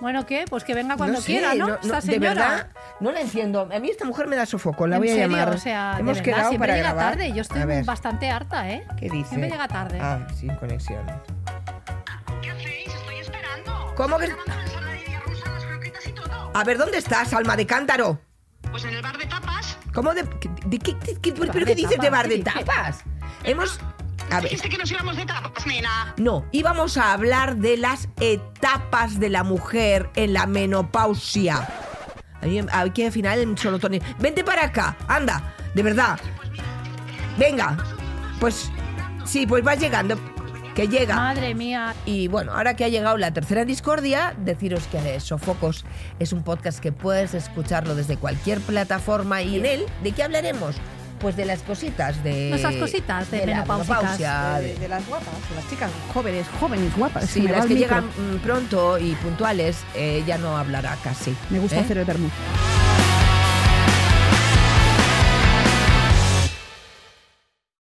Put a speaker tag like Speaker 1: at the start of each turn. Speaker 1: Bueno, ¿qué? Pues que venga cuando
Speaker 2: No sé,
Speaker 1: quiera, ¿no?
Speaker 2: no-
Speaker 1: Esta
Speaker 2: no, de
Speaker 1: señora.
Speaker 2: verdad, no la entiendo. A mí esta mujer me da sofoco, la
Speaker 1: En
Speaker 2: voy a
Speaker 1: serio,
Speaker 2: llamar.
Speaker 1: O sea, de
Speaker 2: Hemos
Speaker 1: verdad,
Speaker 2: quedado
Speaker 1: siempre
Speaker 2: para
Speaker 1: llega
Speaker 2: grabar.
Speaker 1: tarde. Yo
Speaker 2: A
Speaker 1: estoy
Speaker 2: ver,
Speaker 1: bastante harta, ¿eh?
Speaker 2: ¿Qué dice?
Speaker 1: Siempre llega tarde.
Speaker 2: Ah, sin conexión.
Speaker 3: ¿Qué hacéis? Estoy esperando.
Speaker 2: ¿Cómo que-
Speaker 3: Estoy grabando la ensaladilla rusa, las croquetas y todo.
Speaker 2: A ver, ¿dónde estás, alma de cántaro?
Speaker 3: Pues en el bar de tapas.
Speaker 2: ¿Cómo de, de qué, qué- qué- pero
Speaker 1: Bar de
Speaker 2: qué dices de
Speaker 1: tapas,
Speaker 2: bar
Speaker 1: ¿qué
Speaker 2: de
Speaker 1: dice?
Speaker 2: tapas? Hemos a ver,
Speaker 3: Dijiste que nos íbamos de tapas, nena.
Speaker 2: no, íbamos a hablar de las etapas de la mujer en la menopausia. A mí- Aquí al final solo Tony. Vente para acá, anda, de verdad. Venga, pues sí, pues vas llegando, que llega.
Speaker 1: Madre mía.
Speaker 2: Y bueno, ahora que ha llegado la tercera discordia, deciros que eh, Sofocos es un podcast que puedes escucharlo desde cualquier plataforma y en él, ¿de qué hablaremos? Pues de las cositas de...
Speaker 1: Nuestras cositas de
Speaker 2: la
Speaker 1: menopáusicas.
Speaker 2: menopausia,
Speaker 4: de,
Speaker 2: de-
Speaker 4: de las guapas, de las chicas jóvenes, jóvenes guapas. se
Speaker 2: Sí,
Speaker 4: me va
Speaker 2: las
Speaker 4: el
Speaker 2: que
Speaker 4: micro.
Speaker 2: llegan mm, pronto y puntuales, eh, ya no hablará casi.
Speaker 4: Me gusta
Speaker 2: ¿eh?
Speaker 4: hacer el vermut.